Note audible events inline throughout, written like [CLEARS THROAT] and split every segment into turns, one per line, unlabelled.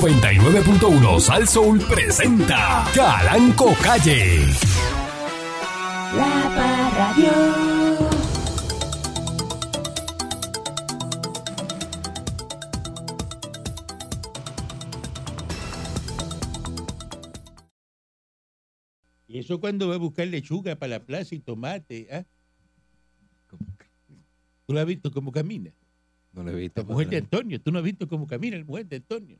99.1 Sal Soul presenta Calanco Calle.
La Parradio.
Y eso cuando va a buscar lechuga para la plaza y tomate. ¿ah? ¿Tú la has visto cómo camina?
No lo he visto.
La mujer de
patrón.
Antonio, tú no has visto cómo camina la mujer de Antonio.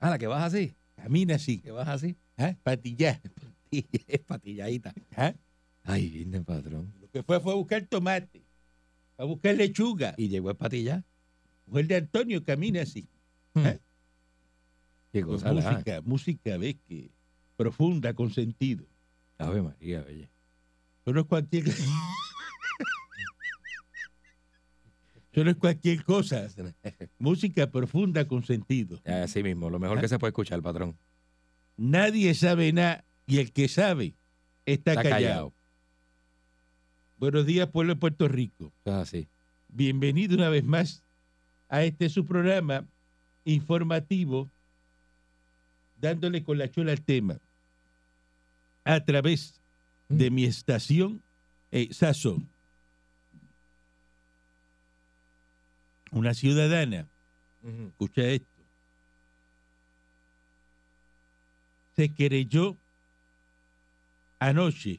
Ah, la que vas así.
Camina así,
Que vas así.
¿ah? patillá.
[LAUGHS] Y es patilladita.
¿ah?
Ay, viene patrón.
Lo que fue fue a buscar tomate, a buscar lechuga. Y
Y llegó a patillar.
mujer de Antonio camina así.
Qué
Con
cosa la-
música, música, ves que profunda, con sentido.
Ave María, oye.
Eso no es cualquier. [LAUGHS] Eso no es cualquier cosa. Música profunda con sentido.
Así mismo, lo mejor que se puede escuchar, patrón.
Nadie sabe nada y el que sabe está,
Está
callado.
callado.
Buenos días, pueblo de Puerto Rico.
Eso es así.
Bienvenido una vez más a este su programa informativo, dándole con la chola al tema, a través de mi estación eh, Sazón. Una ciudadana escucha esto, se querelló anoche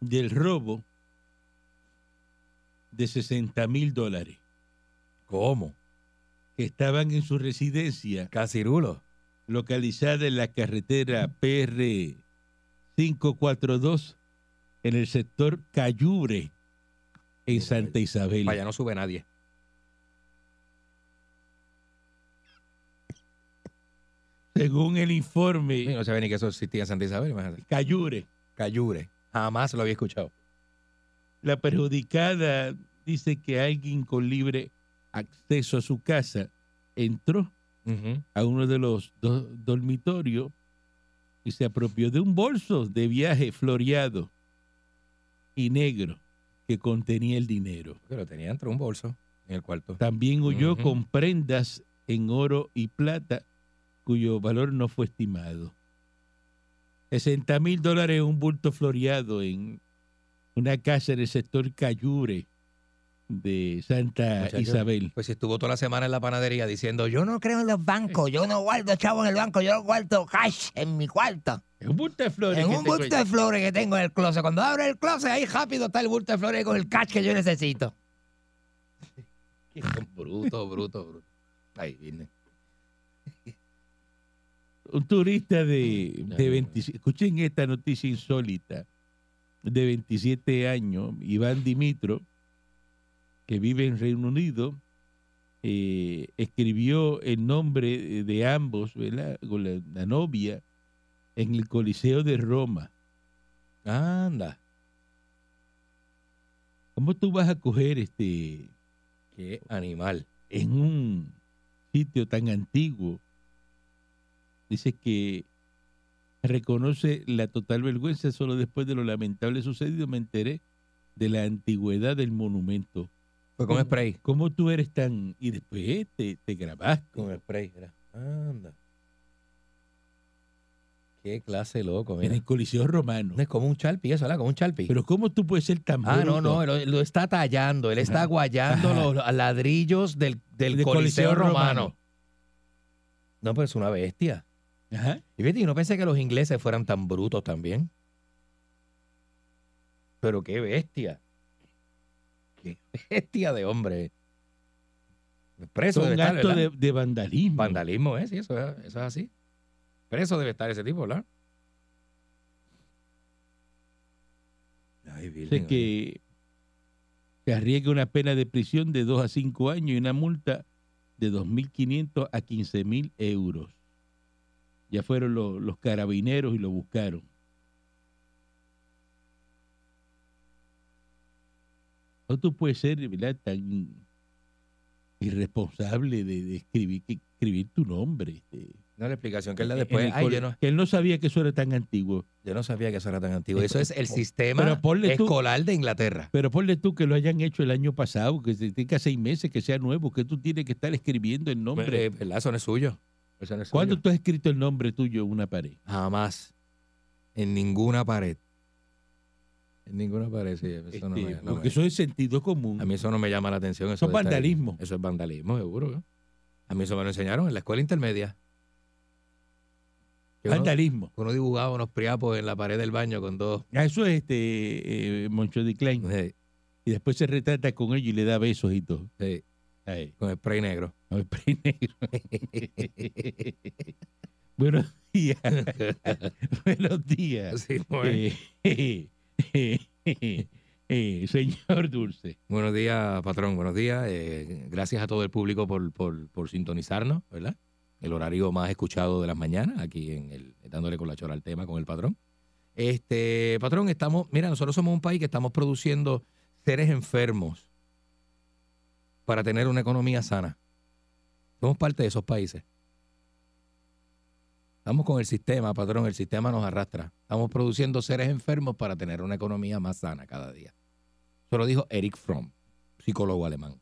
del robo de 60 mil dólares
¿Cómo?
que estaban en su residencia
Casirulo.
localizada en la carretera PR 542 en el sector Cayubre en Santa Isabel.
Para allá no sube nadie.
Según el
Sí,
informe,
No sabía ni que eso existía en Santa Isabel, imagínate.
Cayure
Cayure. Jamás lo había escuchado.
La perjudicada dice que alguien con libre acceso a su casa entró a uno de los do- dormitorios y se apropió de un bolso de viaje floreado y negro que contenía el dinero.
Porque lo tenía dentro de un bolso en el cuarto.
También huyó
Ujú.
con prendas en oro y plata cuyo valor no fue estimado. 60 mil dólares en un bulto floreado en una casa en el sector Cayure de Santa
Muchacho.
Isabel.
Pues si estuvo toda la semana en la panadería diciendo, yo no creo en los bancos, yo no guardo chavo en el banco, yo no guardo cash en mi cuarto.
Es un bulto de flores.
En
que
un
tengo
bulto
allí.
de flores que tengo en el closet. Cuando abro el closet, ahí rápido está el bulto de flores con el cash que yo necesito. bruto, bruto, bruto. Ahí viene.
Un turista de,
Ya,
de
ya.
27, escuchen esta noticia insólita, de 27 años, Iván Dimitro, que vive en Reino Unido, eh, escribió el nombre de ambos, ¿verdad? Con la, la novia, en el Coliseo de Roma.
Anda.
¿Cómo tú vas a coger este
Qué animal.
en un sitio tan antiguo? Dice que reconoce la total vergüenza solo después de lo lamentable sucedido me enteré de la antigüedad del monumento.
Fue con spray.
¿Cómo tú eres tan... Y después te, te grabaste.
Con spray, era. Anda. Qué clase loco,
En
mira.
el Coliseo Romano.
Es como un charpi eso, ¿verdad? Como un charpi.
Pero ¿cómo tú puedes ser tan
Ah,
bruto?
no, no, lo, lo está tallando, él está guayando
Ajá.
los, los ladrillos del, del
Del
Coliseo,
Coliseo
romano.
Romano.
No, pero es una bestia.
Ajá.
Y fíjate, yo no pensé que los ingleses fueran tan brutos también. Pero qué bestia. Qué [LAUGHS] bestia de hombre. Preso
Son
debe estar,
actos
¿verdad?
de, de vandalismo.
Vandalismo es, sí, eso, es- eso es así. Preso debe estar ese tipo, ¿verdad? Ay,
Dice que se arriesga una pena de prisión de 2 a 5 años y una multa de 2.500 a 15.000 euros. Ya fueron lo- los carabineros y lo buscaron. No tú puedes ser ¿verdad? tan irresponsable de, de escribir, que- escribir tu nombre. este.
No, la explicación que él da
en
después.
el
Ay,
col-
yo no,
Que él no sabía que eso era tan antiguo.
yo no sabía que eso era tan antiguo. Eso es el sistema
Eh, Pero ponle tú-
escolar de Inglaterra.
Pero ponle tú que lo hayan hecho el año pasado, que se tenga seis meses, que sea nuevo, que tú tienes que estar escribiendo el nombre.
Eh, ¿Verdad? Eso no es suyo. Eso no es
¿Cuándo
suyo.
tú has escrito el nombre tuyo en una pared?
Jamás. En ninguna pared. En ninguna pared, sí. Eso no
Este,
me- no
porque
me-
eso es sentido común.
A mí eso no me llama la atención. Eso,
Eso es
de estar-
vandalismo.
Eso es vandalismo, seguro. ¿eh? A mí eso me lo enseñaron en la escuela intermedia. Yo no-
Vandalismo.
Uno dibujaba unos priapos en la pared del baño con dos. [LAUGHS]
Ah, Eso es este eh, Moncho de Klein.
sí,
Y después se retrata con ello y le da besos y todo.
sí,
Ay,
con spray negro. [LAUGHS]
a ver, Peri Negro. [LAUGHS] Buenos días. [LAUGHS] Buenos días.
Así fue.
Eh, eh, [LAUGHS] eh, eh, señor Dulce.
Buenos días, patrón. Buenos días. Eh, gracias a todo el público por, por, por sintonizarnos, ¿verdad? El horario más escuchado de las mañanas, aquí en el, dándole con la chora al tema con el patrón. Este, patrón, estamos, mira, nosotros somos un país que estamos produciendo seres enfermos para tener una economía sana. Somos parte de esos países. Estamos con el sistema, patrón, el sistema nos arrastra. Estamos produciendo seres enfermos para tener una economía más sana cada día. Eso lo dijo Eric Fromm, psicólogo alemán.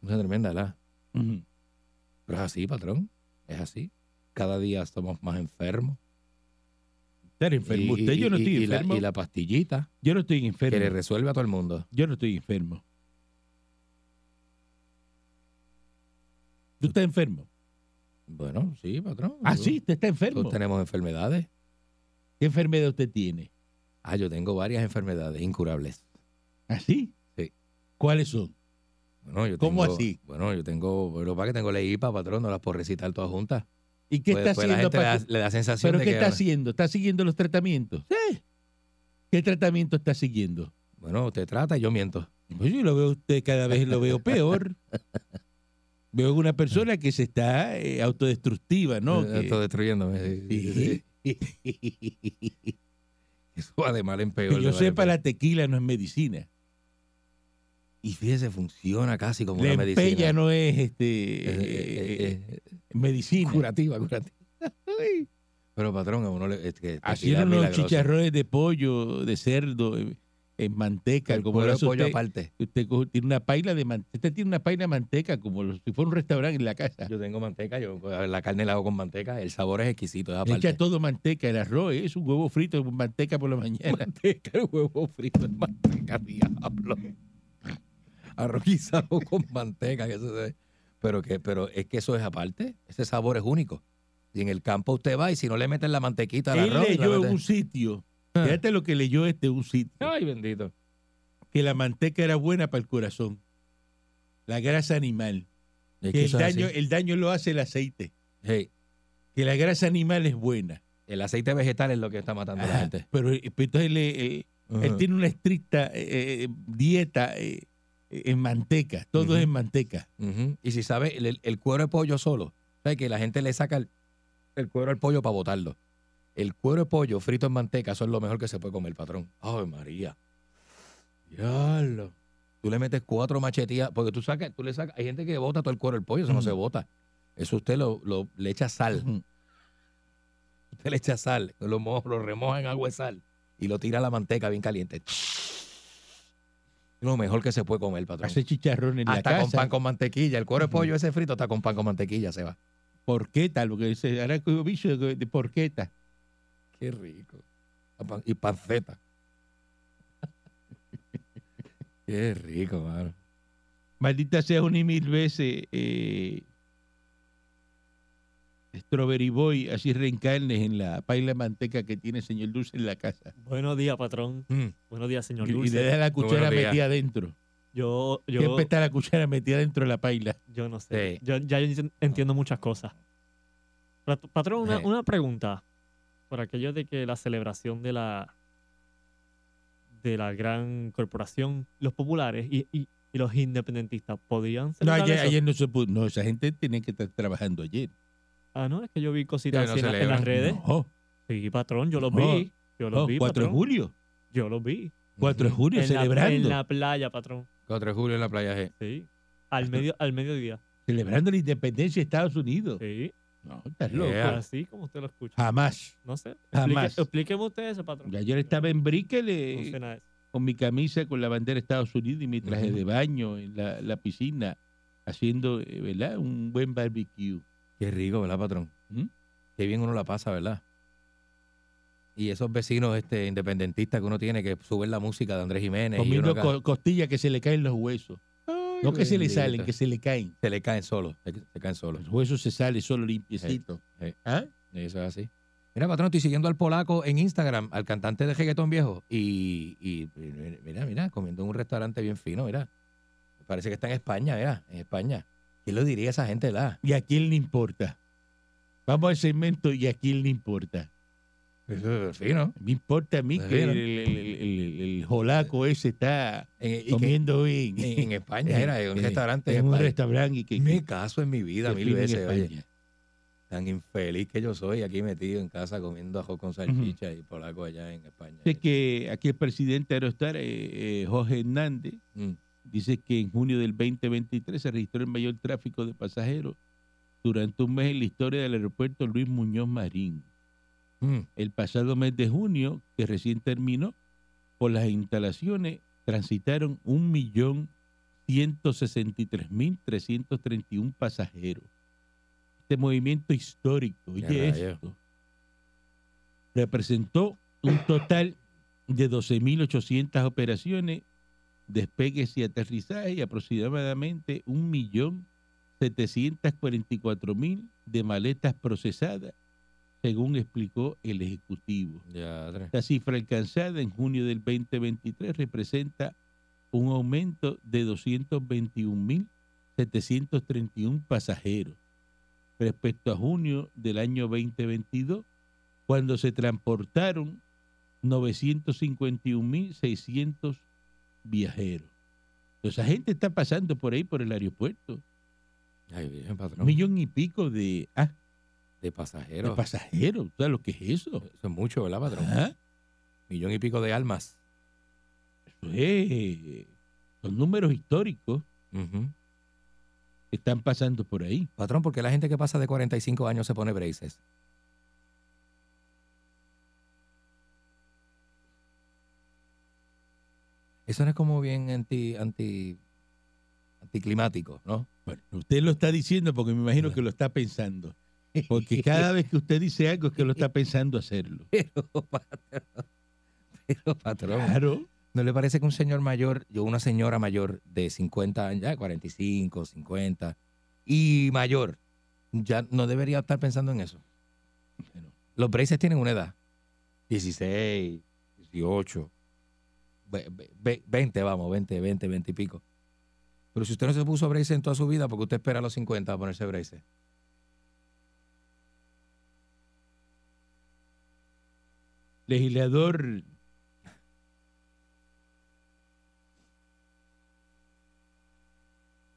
Una tremenda, ¿verdad?
Ujú.
Pero es así, patrón. Es así. Cada día estamos más enfermos.
Estar enfermo.
Y-
Usted,
y-
yo no
y-
estoy
y la-
enfermo.
y la pastillita
Yo no estoy
que le
enfermo.
resuelve a todo el mundo.
Yo no estoy enfermo. ¿Tú estás enfermo?
Bueno, sí, patrón.
Ah, sí, usted está
Todos
enfermo.
tenemos enfermedades.
¿Qué enfermedad usted tiene?
Ah, yo tengo varias enfermedades incurables.
¿Ah, sí?
Sí.
¿Cuáles son?
Bueno, yo
¿Cómo
tengo-
así?
Bueno, yo tengo, lo que pasa es que tengo la IPA, patrón, no las puedo recitar todas juntas.
¿Y qué
Pues
está
después la
haciendo?
gente le
para
da,
que-
le da sensación
¿Pero
de
qué
que...
está haciendo? ¿Está siguiendo los tratamientos? Sí. ¿Qué tratamiento está siguiendo?
Bueno, usted trata y yo miento.
Pues yo lo veo a usted cada vez lo veo peor. Veo una persona que se está eh, autodestructiva, ¿no?
Eh,
Que-
Estoy destruyéndome. sí, sí, sí. [LAUGHS] Eso va de mal en peor.
que
de
yo
mal en
sepa,
peor.
la tequila no es medicina.
Y fíjese, funciona casi como
la
una medicina.
empella no es este
Eh, eh,
eh,
eh, eh,
medicina.
curativa, curativa. [LAUGHS] Ay. Pero patrón, a uno le... Es que esta
Haciendo
tira
unos
milagrosa.
chicharrones de pollo, de cerdo, en, en manteca,
El
como lo
pollo,
hace
pollo
usted.
aparte.
Usted coge- tiene una paila de manteca. Usted tiene una paila de manteca, como lo- si fuera un restaurante en la casa.
Yo tengo manteca, yo la carne la hago con manteca, el sabor es exquisito, es
Le
aparte.
Echa todo manteca, el arroz es un huevo frito con manteca por la mañana.
[LAUGHS]
[LAUGHS]
manteca, el huevo frito en manteca, diablo. Arroz guisado [LAUGHS] con manteca, que eso se- Pero, que, pero es que eso es aparte, ese sabor es único. Y en el campo usted va y si no le meten la mantequita al
Él
arroz... la
leyó en
meten-
un sitio,
Ah.
fíjate lo que leyó este en un sitio,
Ay, bendito.
que la manteca era buena para el corazón, la grasa animal,
Es
que
que
el
eso es
daño,
así.
el daño lo hace el aceite,
Hey,
que la grasa animal es buena.
el aceite vegetal es lo que está matando a la
Ajá,
gente.
Pero eh, pues, entonces le- eh,
Ah.
él tiene una estricta eh, eh, dieta eh, eh, en manteca, todo es
Ujú.
en manteca.
Ujú. Y si sabe, el- el, el cuero de pollo solo. ¿Sabe que la gente le saca el, el cuero al pollo para botarlo? El cuero de pollo frito en manteca, eso es lo mejor que se puede comer, patrón. Ay, María. Diablo. Tú le metes cuatro machetillas, porque tú sacas, tú le sacas, hay gente que bota todo el cuero del pollo, eso no
Ujú.
se bota. Eso usted lo, lo- le echa sal.
Ujú.
Usted le echa sal, lo, mo- lo remoja en agua de sal y lo tira a la manteca bien caliente. Lo mejor que se puede comer, patrón.
Hace chicharrón en
Hasta
la
con
casa.
pan con mantequilla. El cuero de
Ujú.
pollo ese frito está con pan con mantequilla, se va.
¿Por qué tal? Porque se hará con bicho de, de porqueta.
Qué rico.
[LAUGHS]
Y panceta. Qué rico, mano.
Maldita sea una y mil veces. Eh, Strawberry Boy, así reencarnes en la paila de manteca que tiene el señor Dulce en la casa.
Buenos días, patrón.
Mm.
Mm.
Buenos días, señor
Y, y le
Dulce.
da la cuchara
Buenos días.
metida adentro.
Yo, yo,
Siempre está la cuchara metida dentro de la paila.
yo no sé.
Sí.
Yo, ya yo ent- entiendo muchas cosas. Pat- Patrón, una,
Sí.
una pregunta. Por aquello de que la celebración de la de la gran corporación, los populares y, y- y los independentistas, ¿podrían
No,
celebrar
ayer,
eso?
ayer no se pudo. No, esa gente tiene que estar trabajando ayer.
Ah, no, es que yo vi cositas
Sí, no
así en, la- en
celebran,
las redes.
No.
Sí, patrón, yo los
No.
vi. Yo los
No,
vi,
4 de
patrón.
julio.
Yo los vi.
4 de julio
en, la, en
celebrando.
la playa, patrón.
4 de julio en la playa G.
Sí. Al, medio, al mediodía.
Celebrando la independencia de Estados Unidos.
Sí,
No, estás loco.
Yeah.
así como usted lo escucha.
Jamás.
No sé.
Jamás.
Explique- Explíqueme usted eso, patrón.
Ya yo estaba en
No
Brickell eh,
sé nada de eso.
con mi camisa con la bandera de Estados Unidos y mi traje
Ujú.
de baño en la, la piscina haciendo, eh, ¿verdad? Un buen barbecue.
Qué rico, ¿verdad, patrón?
¿Mm?
Qué bien uno la pasa, ¿verdad? Y esos vecinos este, independentistas que uno tiene que suben la música de Andrés Jiménez. y uno
comiendo
acá-
co- costillas que se le caen los huesos.
Ay,
No que se le
bendito.
salen, que se le caen.
Se le caen solos. Se, se caen solos.
Los huesos se salen solo
Eh,
limpiecitos.
Sí, sí.
¿Ah?
Eso es así. Mira, patrón, estoy siguiendo al polaco en Instagram, al cantante de reggaetón viejo. Y, y mira, mira, comiendo en un restaurante bien fino, mira. Parece que está en España, mira, en España. ¿Quién lo diría a esa gente, la?
Y a quién le importa. Vamos al segmento y a quién le importa.
Eso es fino.
Me importa a mí
Sí,
que el,
¿no?
el- el- el- el jolaco ese está
En, y que-
comiendo bien. Eh,
en-
[LAUGHS]
en [LAUGHS] España, era en un restaurante.
En
en
un
España.
restaurante y que,
Me
que-
caso en mi vida
que
mil
filmen en
veces, oye.
España.
Tan infeliz que yo soy aquí metido en casa comiendo ajo con salchicha y polaco allá en España.
Dice que aquí el presidente Aerostar, eh, eh, Jorge Hernández,
Mm.
dice que en junio del 2023 se registró el mayor tráfico de pasajeros durante un mes en la historia del aeropuerto Luis Muñoz Marín.
Mm.
El pasado mes de junio, que recién terminó, por las instalaciones transitaron 1.163.331 pasajeros. Este movimiento histórico,
Qué
oye
rayo.
esto, representó un total de 12.800 operaciones, despegues y aterrizajes y aproximadamente 1.744.000 de maletas procesadas, según explicó el Ejecutivo.
Ya, tres.
Esta cifra alcanzada en junio del 2023 representa un aumento de 221.731 pasajeros respecto a junio del año 2022, cuando se transportaron 951.600 viajeros. Entonces, la gente está pasando por ahí, por el aeropuerto.
Ay, bien,
Un
patrón.
millón y pico de, ah,
De
de
pasajeros.
pasajeros. ¿Sabes lo que es eso?
Eso es mucho, ¿verdad, patrón?
Ah.
Millón y pico de almas.
Eso es, son números históricos
Ujú.
que están pasando por ahí.
Patrón, ¿por qué la gente que pasa de 45 años se pone braces? Eso no es como bien anti, anti, anticlimático, ¿no? [LAUGHS]
Bueno, usted lo está diciendo porque me imagino que lo está pensando. Porque cada vez que usted dice algo es que lo está pensando hacerlo.
Pero, patrón, pero, patrón,
Claro.
¿no le parece que un señor mayor, yo una señora mayor de 50 años, ya 45, 50, y mayor, ya no debería estar pensando en eso?
Bueno,
Los braces tienen una edad. 16, 18, ve- ve- ve- 20, vamos, 20, 20, 20 y pico. Pero si usted no se puso braces en toda su vida, porque usted espera a los 50 a ponerse braces?
legislador.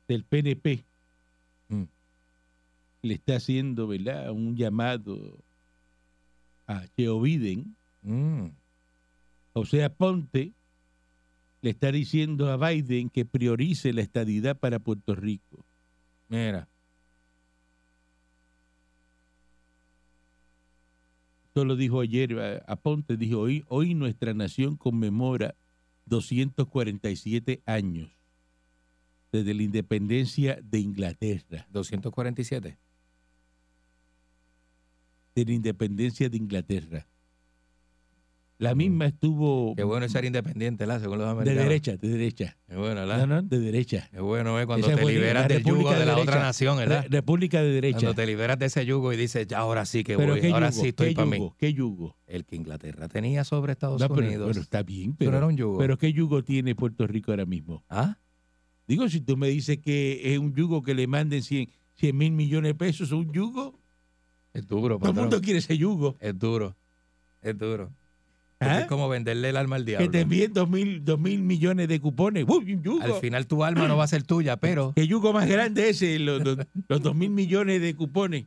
del PNP
Mm.
le está haciendo ¿verdad? un llamado a que Biden
Mm,
O sea, Ponte le está diciendo a Biden que priorice la estadidad para Puerto Rico.
mira,
Esto lo dijo ayer eh, a Ponte, dijo hoy, hoy nuestra nación conmemora 247 años desde la independencia de Inglaterra,
247.
de la independencia de Inglaterra. La misma estuvo
Qué bueno es ser independiente, ¿la? Según los
de
americanos.
derecha, de derecha,
Qué bueno, ¿la?
no, no, de derecha,
Qué bueno es cuando
Esa es
te
buena idea,
liberas
la
del yugo
República
de,
de
la otra
derecha.
nación, ¿verdad?
Re- República de derecha.
Cuando te liberas de ese yugo y dices, ya ahora sí que
Pero
voy,
qué
ahora
yugo,
sí estoy
qué
para mí.
yugo, qué yugo.
El que Inglaterra tenía sobre Estados
No, pero,
Unidos.
bueno, está bien,
Pero
pero,
era un yugo.
Pero ¿qué yugo tiene Puerto Rico ahora mismo?
¿Ah?
Digo, si tú me dices que es un yugo que le manden 100, 100 mil millones de pesos, ¿es un yugo?
Es
Todo
duro,
el
patrón.
mundo quiere ese yugo.
Es duro. Es duro.
¿Ah?
Es como venderle el alma al
Que
diablo.
te envíen 2 mil, dos mil millones de cupones. ¡Uy, un yugo!
Al final tu alma no va a ser tuya, pero
¿Qué yugo más grande ese? Los, los, los 2 mil millones de cupones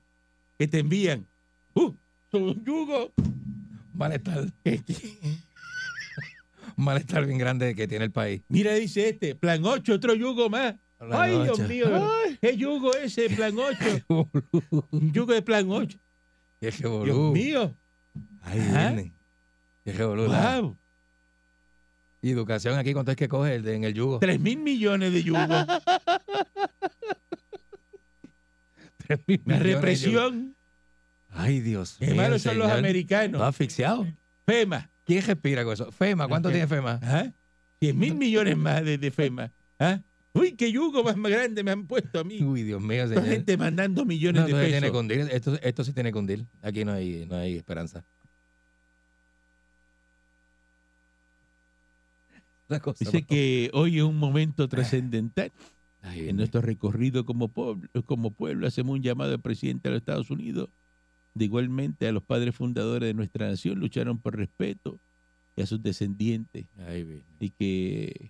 que te envían. ¡Uh! son un yugo! [LAUGHS]
malestar. [LAUGHS] Un malestar bien grande que tiene el país.
Mira, dice este, plan 8, otro yugo más. Ay, Dios mío. ¿Qué yugo ese de plan 8? Un yugo de plan 8.
Es que
Dios
boludo.
mío.
Ahí
Ajá.
vienen. Es que boludo. la
Wow.
Educación aquí, ¿cuánto es que coge el de- en el yugo?
3 mil millones de
[LAUGHS]
yugos.
Tres mil
La
millones de yugos.
represión.
Ay, Dios mío.
Hermanos son los
señor.
americanos.
Está asfixiado.
FEMA.
¿Quién respira con eso? FEMA, ¿cuánto
Ok.
tiene FEMA?
10 mil millones más de, de FEMA. ¿Ah? Uy, qué yugo más más grande me han puesto a mí.
Uy, Dios mío,
La
señor.
gente mandando millones
eh. No,
de
esto se tiene que
pesos.
hundir. Esto, esto sí tiene que hundir. Aquí no hay, no hay esperanza. [LAUGHS] Una cosa,
Dice
¿no?
que hoy es un momento trascendental
Ah. Ay,
en
viene.
nuestro recorrido como pueblo, como pueblo. Hacemos un llamado al presidente de los Estados Unidos, de igualmente a los padres fundadores de nuestra nación, lucharon por respeto y a sus descendientes.
Ay, viene.
y que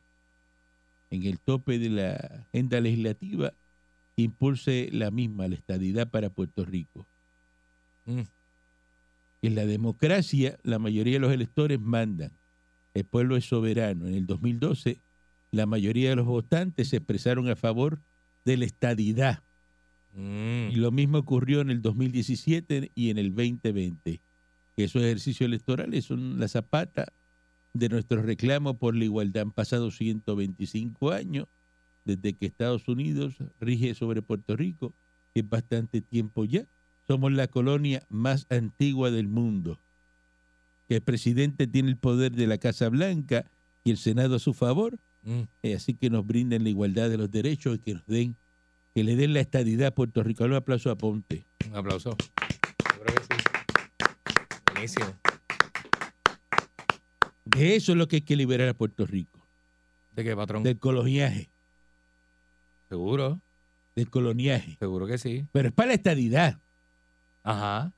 en el tope de la agenda legislativa impulse la misma, la estadidad para Puerto Rico.
Mm.
En la democracia, la mayoría de los electores mandan. El pueblo es soberano. En el 2012, la mayoría de los votantes se expresaron a favor de la estadidad.
Mm.
Y lo mismo ocurrió en el 2017 y en el 2020. Que esos ejercicios electorales son la zapata de nuestro reclamo por la igualdad. Han pasado 125 años desde que Estados Unidos rige sobre Puerto Rico, que es bastante tiempo ya. Somos la colonia más antigua del mundo. Que el presidente tiene el poder de la Casa Blanca y el Senado a su favor,
Mm.
eh, así que nos brinden la igualdad de los derechos y que nos den, que le den la estadidad a Puerto Rico. Un aplauso a Ponte.
Un aplauso. Yo creo que sí. Buenísimo.
De eso es lo que hay que liberar a Puerto Rico.
¿De qué, patrón?
Del coloniaje,
Seguro,
del coloniaje.
seguro que sí.
Pero es para la estadidad.
Ajá.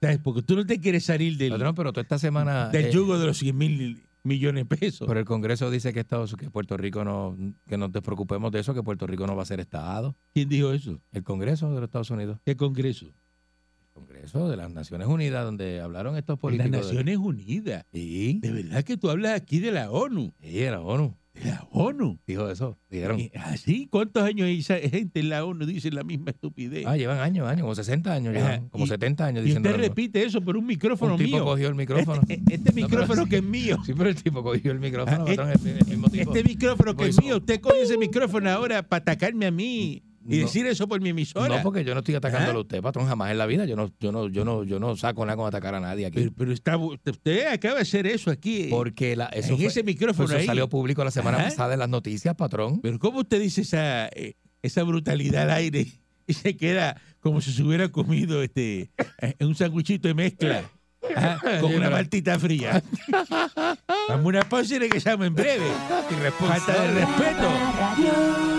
¿sabes? Porque tú no te quieres salir del,
Patrón, pero tú esta semana...
del
eh,
yugo de los 100 mil millones de pesos.
Pero el Congreso dice que Estados que Puerto Rico no... Que nos despreocupemos de eso, que Puerto Rico no va a ser Estado.
¿Quién dijo eso?
El Congreso de los Estados Unidos.
¿Qué congreso?
El Congreso de las Naciones Unidas, donde hablaron estos
En
políticos.
las
de-
Naciones Unidas.
Sí,
De verdad que tú hablas aquí de la ONU.
sí, la ONU
De la ONU.
dijo eso. Dijeron...
Eh, ¿Así? ¿Cuántos años hay esa gente en la ONU dice la misma estupidez?
Ah, llevan años, años, como 60 años,
Ajá,
llevan, como
y-
70 años
y
diciendo
usted
lo mismo.
repite eso por un micrófono
Un tipo
mío.
cogió el micrófono.
Este, este micrófono que es mío.
Sí, pero el tipo cogió el micrófono,
[LAUGHS] Ah, eh,
patrón, el, el mismo tipo.
Este micrófono que es
Tipo
mío. Usted coge ese micrófono ahora para atacarme a mí y
No.
decir eso por mi emisora.
No, porque yo no estoy
¿Ah?
atacándolo a usted, patrón, jamás en la vida. Yo no, yo no, yo no, yo no saco nada con atacar a nadie aquí.
pero, pero está, bu- usted acaba de hacer eso aquí. eh,
porque la, eso,
en
fue-
ese
eso
micrófono ahí.
salió público la semana
Ajá.
pasada en las noticias, patrón.
Pero ¿cómo usted dice esa, eh, esa brutalidad al aire [LAUGHS] y se queda como si se hubiera comido este eh, un sandwichito de mezcla ah, con una maltita fría?
[LAUGHS]
Vamos a una pausa y regresamos en breve. Falta de respeto.
Radio.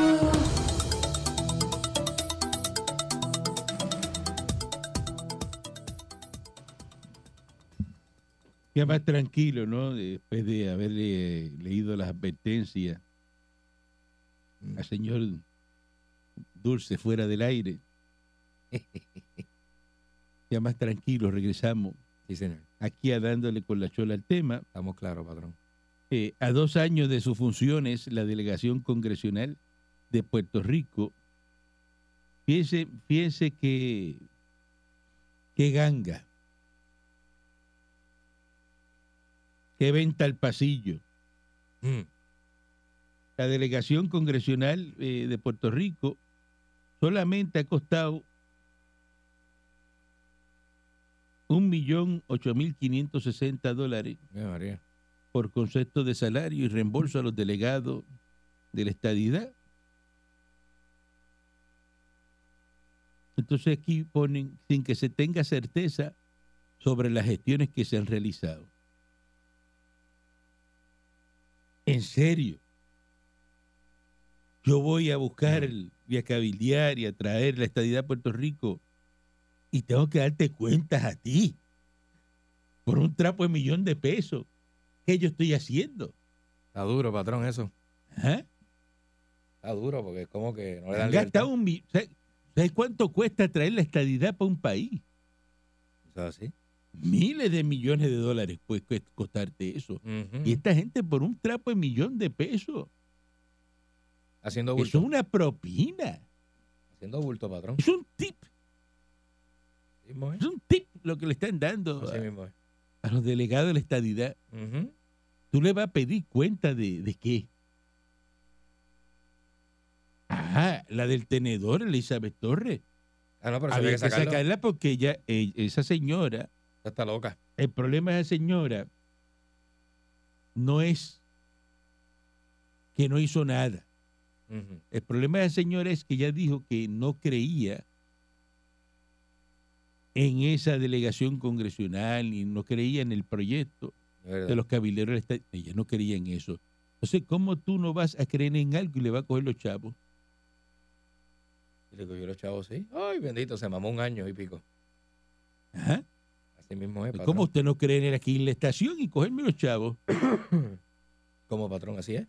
Ya más tranquilo, ¿no? Después de haberle leído las advertencias al señor Dulce fuera del aire. Ya más tranquilo, regresamos
Sí, señor.
aquí a dándole con la chola al tema.
Estamos claros, patrón.
Eh, a dos años de sus funciones, la delegación congresional de Puerto Rico, piense, piense que, que ganga, que venta al pasillo.
Mm.
La delegación congresional eh, de Puerto Rico solamente ha costado un millón ocho mil quinientos sesenta dólares
Mira, María.
por concepto de salario y reembolso a los delegados de la estadidad. Entonces aquí ponen, sin que se tenga certeza sobre las gestiones que se han realizado. En serio. Yo voy a buscar el- y a cabildear y a traer la estadidad a Puerto Rico y tengo que darte cuentas a ti por un trapo de millón de pesos. ¿Qué yo estoy haciendo?
Está duro, patrón, eso.
¿Ah?
Está duro porque es como que no le dan
Han
libertad.
gastado un millón. ¿Sabes cuánto cuesta traer la estadidad para un país?
O sea, sí.
Miles de millones de dólares puede cuest- costarte eso.
Ujú.
Y esta gente por un trapo de millón de pesos.
Haciendo
Eso
bulto.
es una propina.
Haciendo bulto, patrón.
Es un tip.
Así mismo es.
Es un tip lo que le están dando
Así
a,
mismo es.
a los delegados de la estadidad.
Ujú.
¿Tú le vas a pedir cuenta de, de qué? Ah, la del tenedor, Elizabeth Torres.
Ah, no, pero
Había que
sacarlo.
sacarla porque ella, eh, esa señora,
Esa Está loca.
el problema de esa señora no es que no hizo nada.
Ujú.
El problema de esa señora es que ella dijo que no creía en esa delegación congresional y no creía en el proyecto
De verdad.
de los cabilderos. del estado. Ella no creía en eso. Entonces, ¿cómo tú no vas a creer en algo y le vas a coger los chavos?
Y le cogió los chavos, sí. Ay, bendito, se mamó un año y pico.
Ajá.
Así mismo es, patrón.
¿Ah? ¿Cómo usted no cree en aquí en la estación y cogerme los chavos?
Como patrón, así es.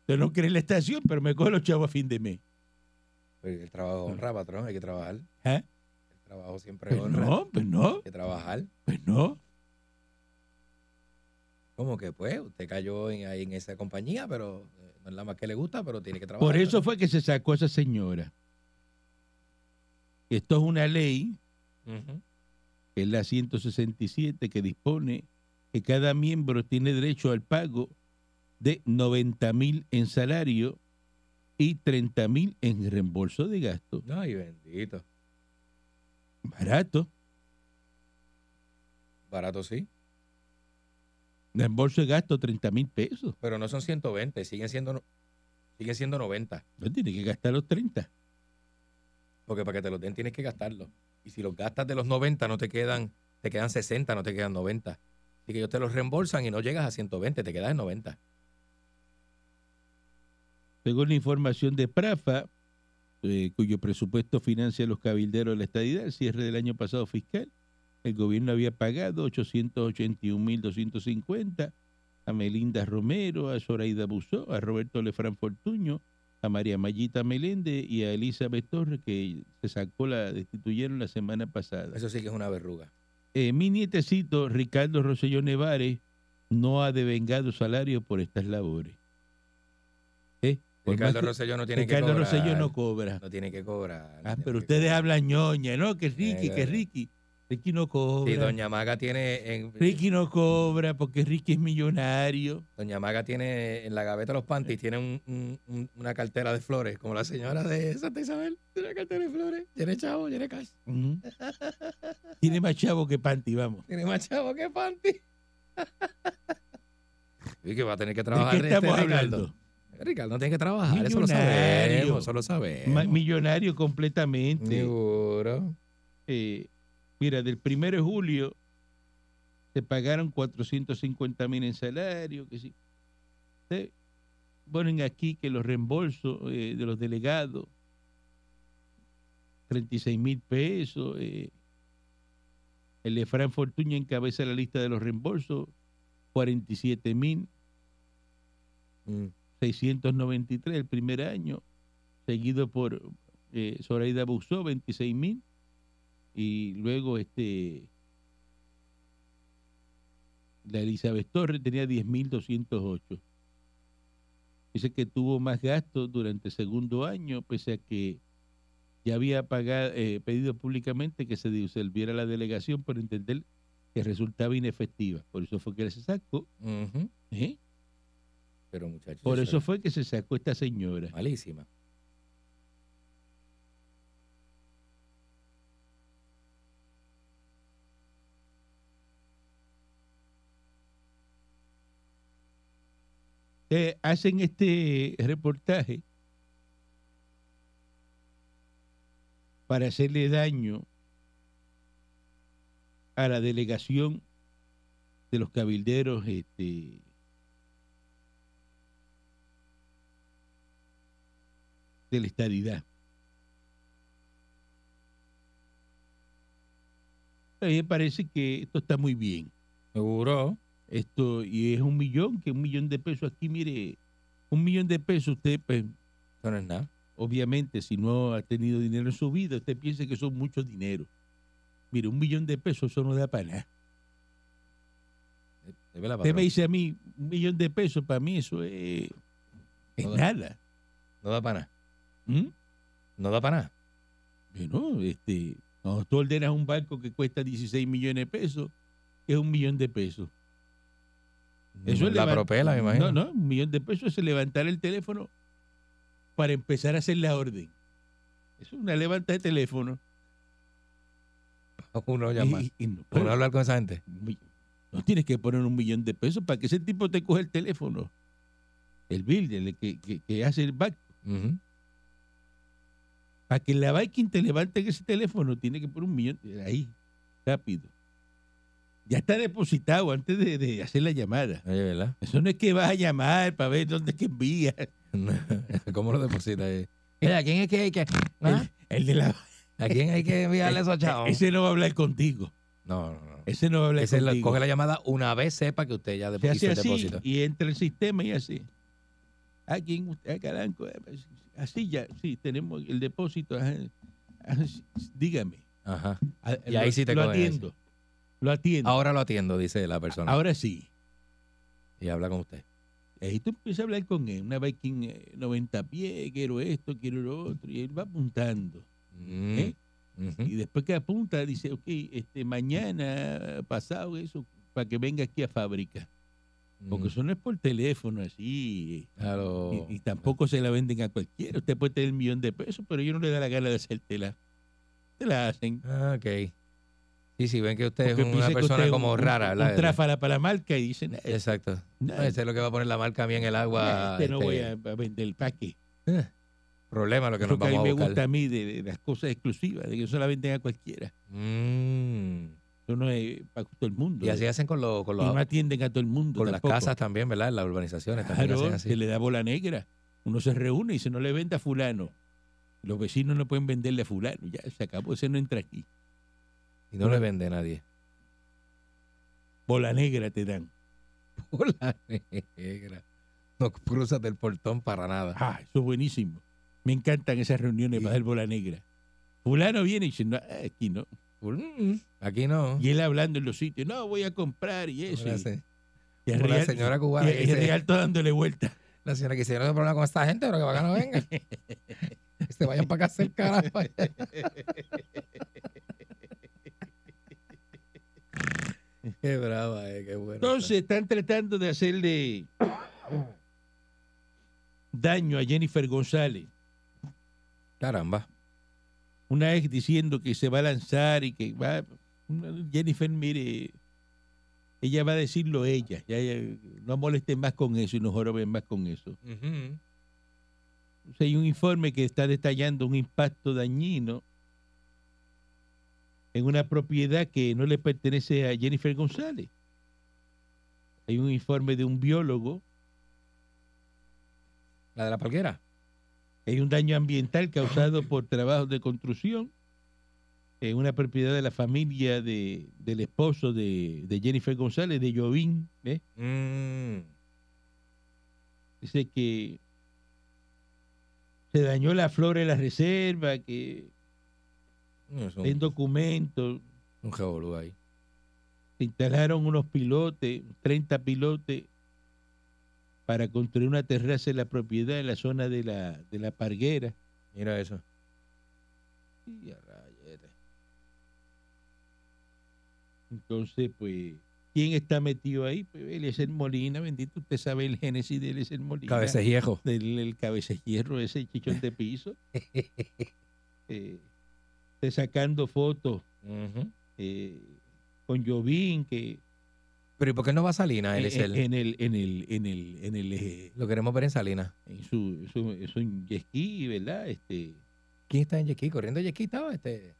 Usted no cree en la estación, pero me coge los chavos a fin de mes.
Porque el trabajo honra, patrón, hay que trabajar.
Ajá.
El trabajo siempre
Pues
honra.
¿Eh? [LAUGHS] no, pues no,
Hay que trabajar.
pues no.
Como que pues, usted cayó en, ahí en esa compañía, pero eh, no es la más que le gusta, pero tiene que trabajar.
Por eso fue que se sacó esa señora. Esto es una ley,
Ujú.
que es la 167, que dispone que cada miembro tiene derecho al pago de 90 mil en salario y 30 mil en reembolso de gasto.
Ay, bendito.
Barato.
Barato sí,
Reembolso de gasto 30 mil pesos.
pero no son 120, siguen siendo, no- siguen siendo 90.
No tiene que gastar los 30.
Porque para que te los den tienes que gastarlos. Y si los gastas de los 90, no te quedan, te quedan 60, no te quedan 90. Así que ellos te los reembolsan y no llegas a 120, te quedas en 90.
Según la información de Prafa, eh, cuyo presupuesto financia los cabilderos de la estadidad, el cierre del año pasado fiscal, el gobierno había pagado 881.250 a Melinda Romero, a Zoraida Busó, a Roberto Lefran Fortuño, a María Mayita Meléndez y a Elizabeth Torres, que se sacó, la destituyeron la semana pasada.
Eso sí que es una verruga.
Eh, mi nietecito Ricardo Rosselló Nevares no ha devengado salario por estas labores. ¿Eh? Por
Ricardo
más que-
Rosselló no tiene que
Ricardo
cobrar.
Rosselló no cobra.
No tiene que cobrar. no
Ah,
tiene
pero
que
ustedes
cobrar.
hablan ñoña, ¿no? Que Ricky,
Eh,
que
eh.
Ricky. Ricky no
Sí,
cobra.
doña Maga tiene en,
Ricky no cobra porque Ricky es millonario.
Doña Maga tiene en la gaveta los
Eh.
panties, tiene un- un- un- una cartera de flores, como la señora de Santa Isabel. Tiene una cartera de flores, tiene chavo, tiene cash.
Ujú. Tiene más chavo que Panti, vamos.
Tiene más chavo que panty. [LAUGHS] y que va a tener que
¿De
trabajar.
qué
este
estamos
Ricardo.
hablando?
Ricardo no tiene que trabajar, eso lo
Millonario.
sabemos, eso lo
Ma-
sabemos.
millonario completamente.
Seguro.
eh, mira, del 1 de julio se pagaron 450 mil en salario, que sí. Te ponen aquí que los reembolsos eh, de los delegados, 36 mil pesos. eh, el Efraín Fortuño encabeza la lista de los reembolsos, 47 mil
Mm,
693 el primer año, seguido por eh, Zoraida Busó, 26.000, y luego este la Elizabeth Torres tenía 10.208. Dice que tuvo más gastos durante el segundo año, pese a que ya había pagado, eh, pedido públicamente que se disolviera la delegación por entender que resultaba inefectiva. Por eso fue que se sacó.
Ujú.
¿eh?
Pero muchachos.
Por eso
es
fue que se sacó esta señora.
Malísima.
eh, hacen este reportaje para hacerle daño a la delegación de los cabilderos este, de la estadidad. A mí me parece que esto está muy bien.
Seguro.
Esto, y es un millón, que un millón de pesos aquí, mire, un millón de pesos usted, pues,
Eso no es nada.
obviamente, si no ha tenido dinero en su vida, usted piensa que son mucho dinero. Mire, un millón de pesos, eso no da para nada.
Eh, Es verdad,
Usted
patrón.
me dice a mí, un millón de pesos, para mí eso es, es
Joder.
nada.
No da para nada.
¿Mm?
No da para nada.
Bueno, este, cuando tú ordenas un barco que cuesta 16 millones de pesos, es un millón de pesos.
Eso es la
levan-
propela, me imagino.
No, no, un millón de pesos es levantar el teléfono para empezar a hacer la orden. Es una levanta de teléfono.
Uno llama.
Y- y- y no,
Uno hablar con esa gente.
mi- no tienes que poner un millón de pesos para que ese tipo te coge el teléfono. El builder, el que, que- que hace el back.
Ujú.
Para que la Viking te levante ese teléfono, tiene que poner un millón. de- Ahí, rápido. Ya está depositado antes de, de hacer la llamada.
Oye, ¿verdad?
Eso no es que vas a llamar para ver dónde es que envías.
[LAUGHS] ¿Cómo lo deposita? ahí? Mira, ¿a quién es que hay que.? ah?
El, el de la,
¿A quién hay
[LAUGHS]
que enviarle esos chavos?
ese no va a hablar contigo.
No, no, no.
Ese no va a hablar
Oh. Ese la-
contigo.
coge la llamada una vez sepa que usted ya
se
depositó
hace
el
así
depósito.
y entra el sistema y así. ¿A quién usted? Ah, Caranco, eh, pues, Así ya, sí, tenemos el depósito. ajá, ajá, sí, dígame.
Ajá.
A-
Ah, Y ahí
lo-
sí Ah, te
Lo
cogen, ahí
atiendo. Lo atiendo. Ahora,
Ahora lo atiendo, dice la persona.
sí.
Y habla con usted.
Ahí tú empiezas a hablar con él. Una Viking eh, 90 pies, quiero esto, quiero lo otro. Y él va apuntando.
Mm.
¿Eh?
Ujú.
Y después que apunta, dice, ok, este, mañana, pasado, eso, para que venga aquí a fábrica. Porque
Mm.
eso no es por teléfono así. eh,
A lo-
Y, y tampoco se la venden a cualquiera. Usted puede tener un millón de pesos, pero ellos no le da la gana de hacértela. Te la hacen.
Ah, ok. Sí, sí, ven que usted
Porque
es
piensa
una
que
persona
usted es
como
un-
rara,
Un,
¿verdad?
un tráfala para la marca y dicen, "Ah,
Exacto.
no,
No, ese es lo que va a poner la marca a mí en el agua.
[LAUGHS] este no
este,
voy a, a vender para qué.
eh, Problema lo que
Eso
nos
que a mí
vamos a
me
buscar.
gusta a mí de, de las cosas exclusivas, de que eso la venden a cualquiera.
Mm.
Eso no es para todo el mundo. ¿eh?
Y así hacen con, los con,
Y
los-
no atienden a todo el mundo.
con las
tampoco.
casas también, ¿verdad? En las urbanizaciones también
Claro,
hacen así.
se le da bola negra. Uno se reúne y se no le vende a fulano. Los vecinos no pueden venderle a fulano. Ya se acabó, ese no entra aquí.
Y no le vende a nadie. [LAUGHS]
Bola negra te dan.
Por la negra. No cruzas del portón para nada.
Ah, eso es buenísimo. Me encantan esas reuniones para dar bola negra. Fulano viene y dice, no, eh, aquí no.
Mm, Aquí no.
Y él hablando en los sitios, no, voy a comprar y eso.
Como la
y-
se-
y el
como la
real-
señora
y-
cubana. que
y el
dice,
real todo dándole vuelta.
La señora que dice, yo no tengo problema con esta gente, pero que para acá no [LAUGHS] vengan. Que se vayan para acá cerca. la- [LAUGHS] para allá. qué brava, eh, qué bueno.
Entonces están tratando de hacerle daño a Jennifer González.
Caramba.
una ex diciendo que se va a lanzar y que va. Jennifer, mire, ella va a decirlo ella. Ya, ya, no molesten más con eso y no joroben más con eso. O sea, hay un informe que está detallando un impacto dañino en una propiedad que no le pertenece a Jennifer González. Hay un informe de un biólogo.
La de la palguera.
Hay un daño ambiental causado por trabajos de construcción en una propiedad de la familia de, del esposo de, de Jennifer González, de Jovín. ¿eh?
Mm.
Dice que se dañó la flora de la reserva, que
Es un,
en documentos
un revolú ahí.
se instalaron unos pilotes, 30 pilotes, para construir una terraza en la propiedad en la zona de la, de la parguera.
Mira eso.
Y a rayete. Entonces, pues, ¿quién está metido ahí? Pues Eliezer Molina, bendito, usted sabe el génesis de Eliezer Molina.
Cabecejiejo.
Del el cabecejierro, ese chichón de piso. Eh, de sacando fotos
Ujú.
eh, con Jovín, que
Pero ¿y por qué no va a Salinas, Ah, él es
en,
él?
en el, en el, en el, en el, eh,
Lo queremos ver en Salinas.
en su, su, su jet ski, ¿verdad? Este,
¿Quién está en Yesquí? ¿Corriendo Yesquí estaba este?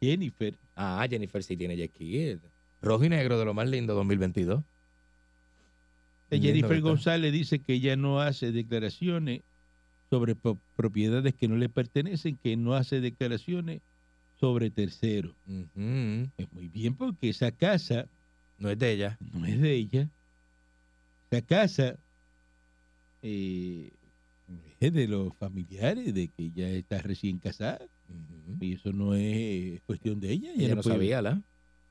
Jennifer.
Ah, Jennifer sí tiene Yesquí. Rojo y negro de lo más lindo 2022.
Eh,
Lindo que
Jennifer
está.
González dice que ella no hace declaraciones sobre po- propiedades que no le pertenecen, que no hace declaraciones sobre terceros.
Ujú.
Es muy bien porque esa casa
No es de ella.
no es de ella. Esa casa eh, es de los familiares, de que ella está recién casada.
Ujú.
Y eso no es cuestión de ella.
Ella no
puede-
sabía, ¿la?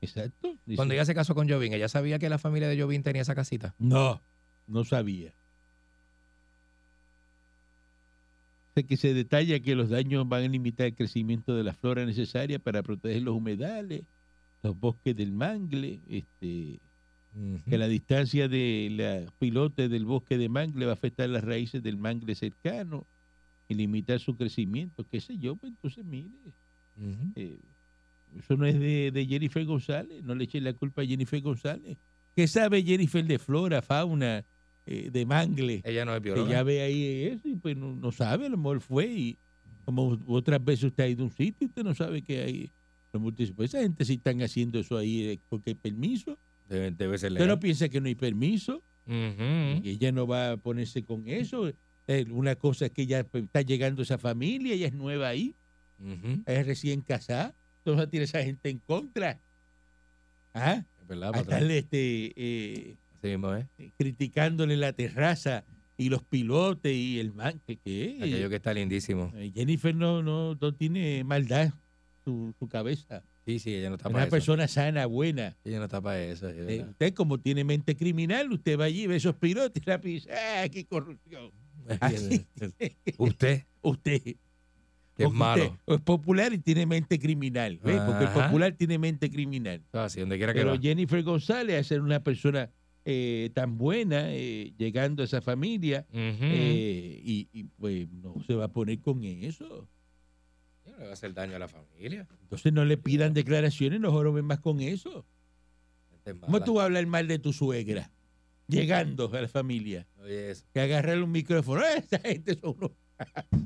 Exacto. dice,
Cuando ella se casó con Jovín, ¿ella sabía que la familia de Jovín tenía esa casita?
No, no sabía. Sé que se detalla que los daños van a limitar el crecimiento de la flora necesaria para proteger los humedales, los bosques del mangle, este, que la distancia de la pilote del bosque de mangle va a afectar las raíces del mangle cercano y limitar su crecimiento, qué sé yo, pues entonces mire,
Ujú.
eh, eso no es de, de Jennifer González, no le echen la culpa a Jennifer González. ¿Qué sabe Jennifer de flora, fauna, eh, de mangle?
Ella no es
que
bióloga.
ya ve ahí eso y pues no, no sabe, a lo mejor fue y como otras veces usted ha ido a un sitio y usted no sabe que hay... los multis- Pues esa gente sí están haciendo eso ahí eh, porque hay permiso.
Debe, debe ser
Usted
legal.
no piensa que no hay permiso.
Ujú.
Y ella no va a ponerse con eso. Eh, Una cosa es que ya pues, está llegando esa familia, ella es nueva ahí,
Ujú.
ella es recién casada, entonces tiene esa gente en contra. ¿Ah?
Es ¿Verdad?
A
patrón?
estarle este, eh,
Así mismo es.
criticándole la terraza y los pilotes y el man. que qué?
Aquello que está lindísimo.
Eh, Jennifer no, no, no tiene maldad en su, su cabeza.
Sí, sí, ella no está
Es una
para eso.
persona sana, buena.
Ella no está para eso. es
Eh,
verdad.
usted, como tiene mente criminal, usted va allí, ve esos pilotes y rápido dice, ¡ah, qué
[LAUGHS]
corrupción!
Ah,
Así.
Usted
usted.
que es
Porque
malo.
usted es popular y tiene mente criminal. ¿ves? Porque el
Ajá.
popular tiene mente criminal.
Ah, sí, donde quiera que
Pero
va.
Jennifer González, al ser una persona eh, tan buena, eh, llegando a esa familia,
Ujú.
eh, y, y, pues no se va a poner con eso.
Ella no le va a hacer daño a la familia.
Entonces no le pidan declaraciones, no joroben más con eso.
Gente es
¿Cómo
mala.
tú vas a hablar mal de tu suegra? Llegando a la familia,
Oye, eso.
que agarrarle un micrófono. [LAUGHS] ¡Ah, Esa gente son unos-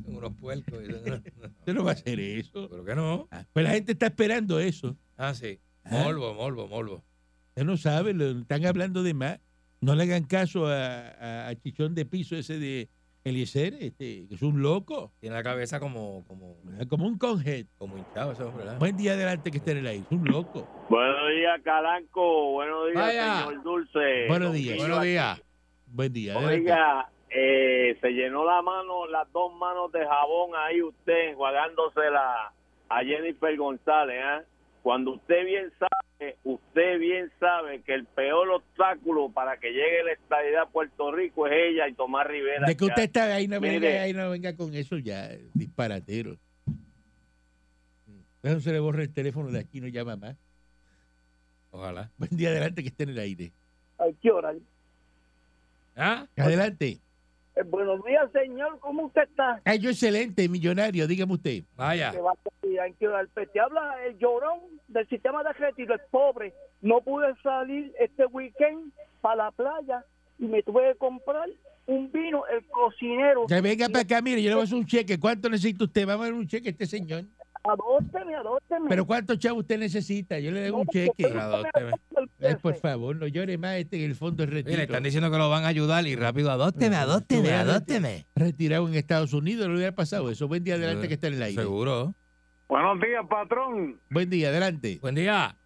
Son unos puercos.
Usted no va a hacer eso.
¿Pero qué no?
Ah, Pues la gente está esperando eso.
Ah, sí.
Ah.
Molvo, molvo, molvo.
Usted no sabe, lo- están hablando de más. No le hagan caso a, a- a Chichón de Piso ese de Eliezer, este, que es un loco,
Tiene la cabeza como, como,
¿verdad? como un conjet.
como hinchado ese
Ah.
hombre, ¿verdad?
Buen día adelante que esté en el aire, es un loco.
Buenos días, Calanco. Buenos días,
Vaya.
señor Dulce.
Buenos
Eh, Don
días.
Guillo
Buenos
aquí.
días.
Buen día adelante.
Oiga, eh, se llenó la mano, las dos manos de jabón ahí usted, enjuagándosela a Jennifer González. ¿ah? Cuando usted bien sabe, usted bien sabe que el peor obstáculo para que llegue la estadidad a Puerto Rico es ella y Tomás Rivera.
De que usted está ahí, no
Mire.
venga, ahí no venga con eso ya, disparatero. No se le borra el teléfono de aquí, no llama más.
Ojalá.
Buen día adelante que esté en el aire.
Hay que orar.
¿Ah?
Adelante.
Eh, buenos días, señor. ¿Cómo usted está?
Ay, yo excelente, millonario, dígame usted.
Vaya.
Que va a ir, hay que orar. Pues te habla el llorón del sistema de retiro, el pobre. No pude salir este weekend para la playa y me tuve que comprar un vino, el cocinero.
Que venga para acá, mire, yo le voy a hacer un cheque. ¿Cuánto necesita usted? Vamos a ver un cheque a este señor.
Adópteme, adópteme.
Pero ¿cuántos chavos usted necesita? Yo le doy un cheque.
Pero adópteme.
Ay, por favor, no llore más este en el fondo es
Oye, le
retiro.
están diciendo que lo van a ayudar y rápido, adópteme, adópteme,
Seguramente.
adópteme.
Retirado en Estados Unidos, no le hubiera pasado eso. Buen día, adelante, que está en el aire.
Eh, Seguro.
Buenos días, patrón.
Buen día, adelante.
Buen día.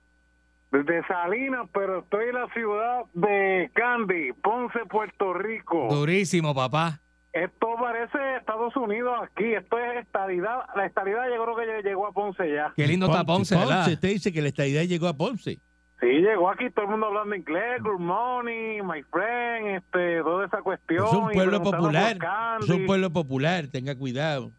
Desde Salinas, pero estoy en la ciudad de Candy, Ponce, Puerto
Oh.
Rico.
Durísimo, papá.
Esto parece Estados Unidos aquí. Esto es estadidad. La estadidad yo creo que ya llegó a Ponce ya.
Qué lindo está Ponce, ¿verdad?
usted dice que la estadidad llegó a Ponce.
Sí, llegó aquí todo el mundo hablando
Mm.
inglés, good morning, my friend, este, toda esa cuestión.
Es un
y
pueblo
preguntando por
popular. Es
Candy.
un pueblo popular, tenga cuidado.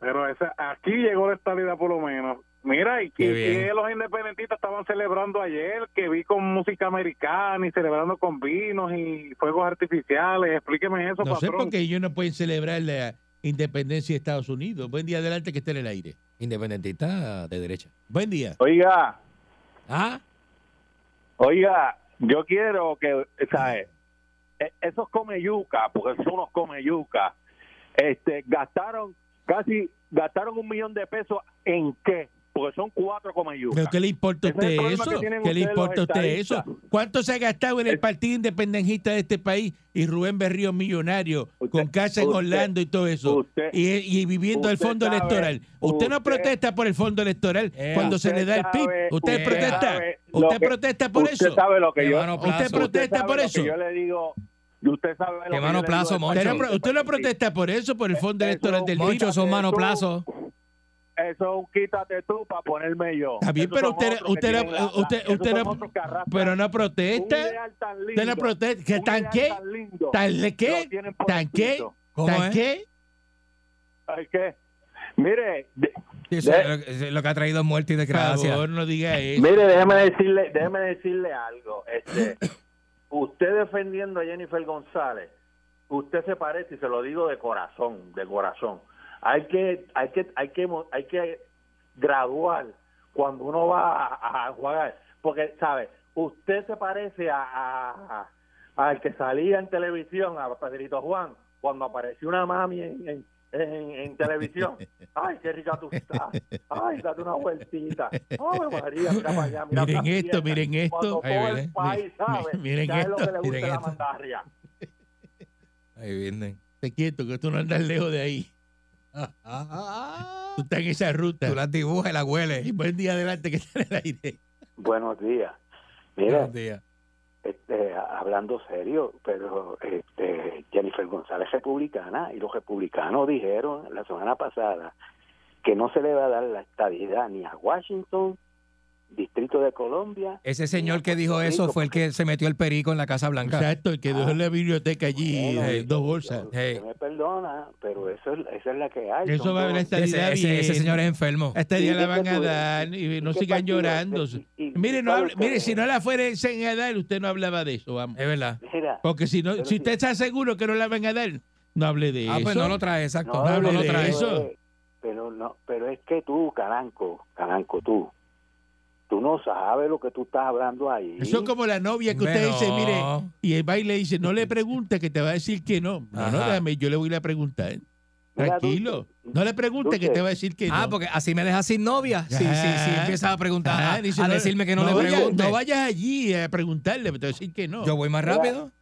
Pero esa, aquí llegó la estabilidad por lo menos. Mira, y
Qué
que
bien.
que los independentistas estaban celebrando ayer, que vi con música americana y celebrando con vinos y fuegos artificiales. Explíqueme eso,
No sé
patrón.
por qué ellos no pueden celebrar la independencia de Estados Unidos. Buen día, adelante, que esté en el aire.
Independentista de derecha.
Buen día.
Oiga,
¿Ah?
oiga, yo quiero que, ¿sabes? E- Esos comeyucas, porque son unos comeyucas, este, gastaron casi, gastaron un millón de pesos en qué? Porque son cuatro comeyucas.
¿Pero qué le importa a
Ese es el
usted
problema
eso?
que tienen
¿Qué le
ustedes,
importa a
los
usted eso?
estadistas.
¿Cuánto se ha gastado en el
El-
Partido Independentista de este país y Rubén Berrío millonario
Usted-
con casa en
usted-
Orlando y todo eso?
usted-
y, y viviendo el
usted
fondo
sabe-
electoral. Usted no
usted-
protesta por el fondo electoral
Eh,
cuando se
usted
le da el PIB.
sabe-
Usted,
usted
protesta.
sabe lo
Usted
que-
protesta por
usted
eso.
sabe lo que
Qué
yo,
mano
Usted
plazo.
protesta-
usted sabe
por
lo
eso.
que yo le digo, y usted sabe lo
Qué
que yo
mano
le
plazo,
digo.
Moncho.
Usted no, pro- usted no protesta por eso, por el fondo
Eso-
electoral del PIB.
Moncho, Ah, son
Eso-
manoplazos.
Eso es un quítate tú para ponerme yo.
Está bien,
Esos
pero
son
usted-
otros que
usted era-
tienen la-
usted-
esos
usted
son
era-
otros que arrastran
Pero no
un
protesta.
ideal tan
Usted no
lindo,
protesta. ¿Qué
un
tan
ideal
qué?
tan lindo,
¿Tan
lo
qué?
tienen por
¿Tan
el
qué?
piso.
¿Cómo
¿Tan
es?
qué?
Ay, ¿qué? Mire, de-
Eso es lo que- eso es lo que ha traído muerte y
Por
desgracia.
favor, no diga eso.
Mire, déjeme decirle, déjeme decirle algo. Este, usted defendiendo a Jennifer González, usted se parece y se lo digo de corazón, de corazón. Hay que, hay que, hay que, mo- hay que graduar cuando uno va a, a jugar, porque sabe, usted se parece a, a- a- al que salía en televisión, a Pedrito Juan, cuando apareció una mami en, en- en- en televisión. Ay, qué rica tú estás. Ay, date una vueltita. Ay, María, mira para allá. Mira
Miren
para
esto,
aquí.
miren
Cuando
esto.
Ahí
todo
viene,
el país sabe
miren
que a él lo
esto,
que le gusta
miren
es la
esto.
mandarria.
Ahí vienen.
Te quieto, que tú no andas lejos de ahí. Tú estás en esa
Tú
ruta.
las dibujas y las
Y
hueles.
buen día adelante que está en el aire.
Buenos días. Mira,
Buenos días.
este, a- hablando serio, pero este, Jennifer González es republicana y los republicanos dijeron la semana pasada que no se le va a dar la estadidad ni a Washington, Distrito de Colombia.
Ese señor que dijo eso fue el que se metió el perico en la Casa Blanca.
Exacto, el que dejó la biblioteca allí,
Bueno,
eh, dos bolsas.
Hey,
Se me perdona, pero eso es, esa es la que hay.
Eso
Son
va a haber
dos-
esta-
ese, ese- ese señor es enfermo.
¿Y
Esta Este día
qué
la van a
partido es?
dar y
¿Y
no
qué
sigan
partido es?
llorando.
¿Y- y-
Mire, no
cuál
hable-
es?
mire, si no la fuesen a dar, usted no hablaba de eso, vamos.
Es verdad.
Mira,
Porque si no,
Pero
si
si-
usted está seguro que no la van a dar, no hable de
Ah,
eso.
pues no lo trae, exacto.
No
No,
hable
lo
de
trae.
eso.
eh, Pero no, pero es que tú, Caranco, Caranco, tú, tú no sabes lo que tú estás hablando ahí.
Eso es como la novia que usted
Hombre,
dice, mire,
no.
y el baile dice, no le pregunte que te va a decir que no. No, no,
Ajá.
dame, yo le voy a ir a preguntar. ¿eh?
Mira,
Tranquilo.
Dulce,
No le pregunte que
Dulce.
te va a decir que no.
Ah, porque así me deja sin novia. Sí, sí, sí.
Ajá.
Empiezas a preguntar,
Ajá,
a,
Ah, dice,
a decirme que no, le
vaya-
pregunte.
No vayas allí a preguntarle, pero te va a decir que no.
Yo voy más rápido.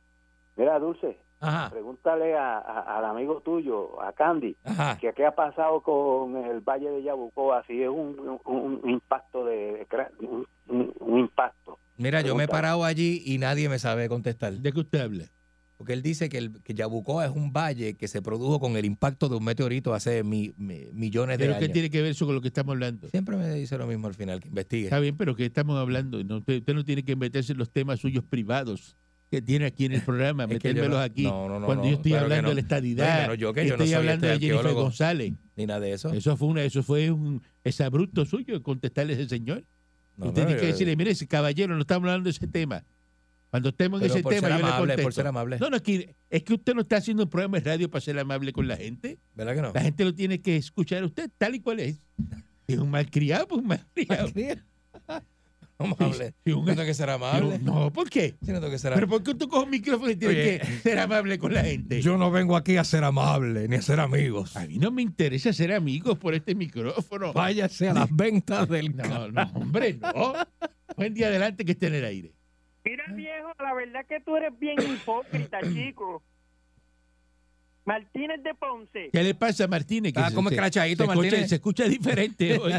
mira, Dulce,
Ajá,
pregúntale a- a- al amigo tuyo, a Candy,
ajá.
que qué ha pasado con el Valle de Yabucoa, si es un, un- un impacto de... Un, un- un impacto.
Mira, yo me he
Pregunta.
parado allí y nadie me sabe contestar.
¿De qué usted habla?
Porque él dice que, el, que Yabucoa es un valle que se produjo con el impacto de un meteorito hace mi- mi- millones de
Pero que
años.
tiene que ver eso con lo que estamos hablando.
Siempre me dice lo mismo al final, que investigue.
Está bien, pero que estamos hablando. No, usted, usted no tiene que meterse en los temas suyos privados que tiene aquí en el programa,
Es que yo
metérmelos
no-
aquí.
no, no, no,
cuando
no,
yo estoy
claro que
hablando
no.
de la estadidad,
Bueno, yo que yo no
estoy
soy
hablando
este
de Jennifer
arqueólogo.
González.
Ni nada de eso.
Eso fue una, eso fue un exabrupto suyo contestarle a ese señor.
No,
usted
no,
tiene
yo-
que decirle, mire, ese caballero, no estamos hablando de ese tema. Cuando estemos en
Pero
ese
por
tema,
ser
yo le
amable,
contesto.
por ser amable.
No, no, es que, es que usted no está haciendo un programa de radio para ser amable con la gente.
¿Verdad que no? [LAUGHS]
La gente lo tiene que escuchar a usted tal y cual es. Si es un malcriado, pues un malcriado. [LAUGHS]
Vamos a hablar.
Si un-
No tengo que ser
Yo-
amable.
No, ¿por qué?
Sí, no tengo que ser
¿Pero
amable.
por qué tú coges un micrófono y tienes
Oye.
que ser amable con la gente?
Yo no vengo aquí a ser amable ni a ser amigos.
A mí no me interesa ser amigos por este micrófono.
Váyase a las ventas del ca-
No, no, hombre,
[LAUGHS]
no. Buen día adelante que esté en el aire.
Mira, viejo, la verdad que tú eres bien
[CLEARS THROAT]
hipócrita, chico. Martínez de Ponce,
¿Qué le pasa a Martínez?
Está como escrachadito,
se escucha-
Martínez.
se escucha diferente hoy.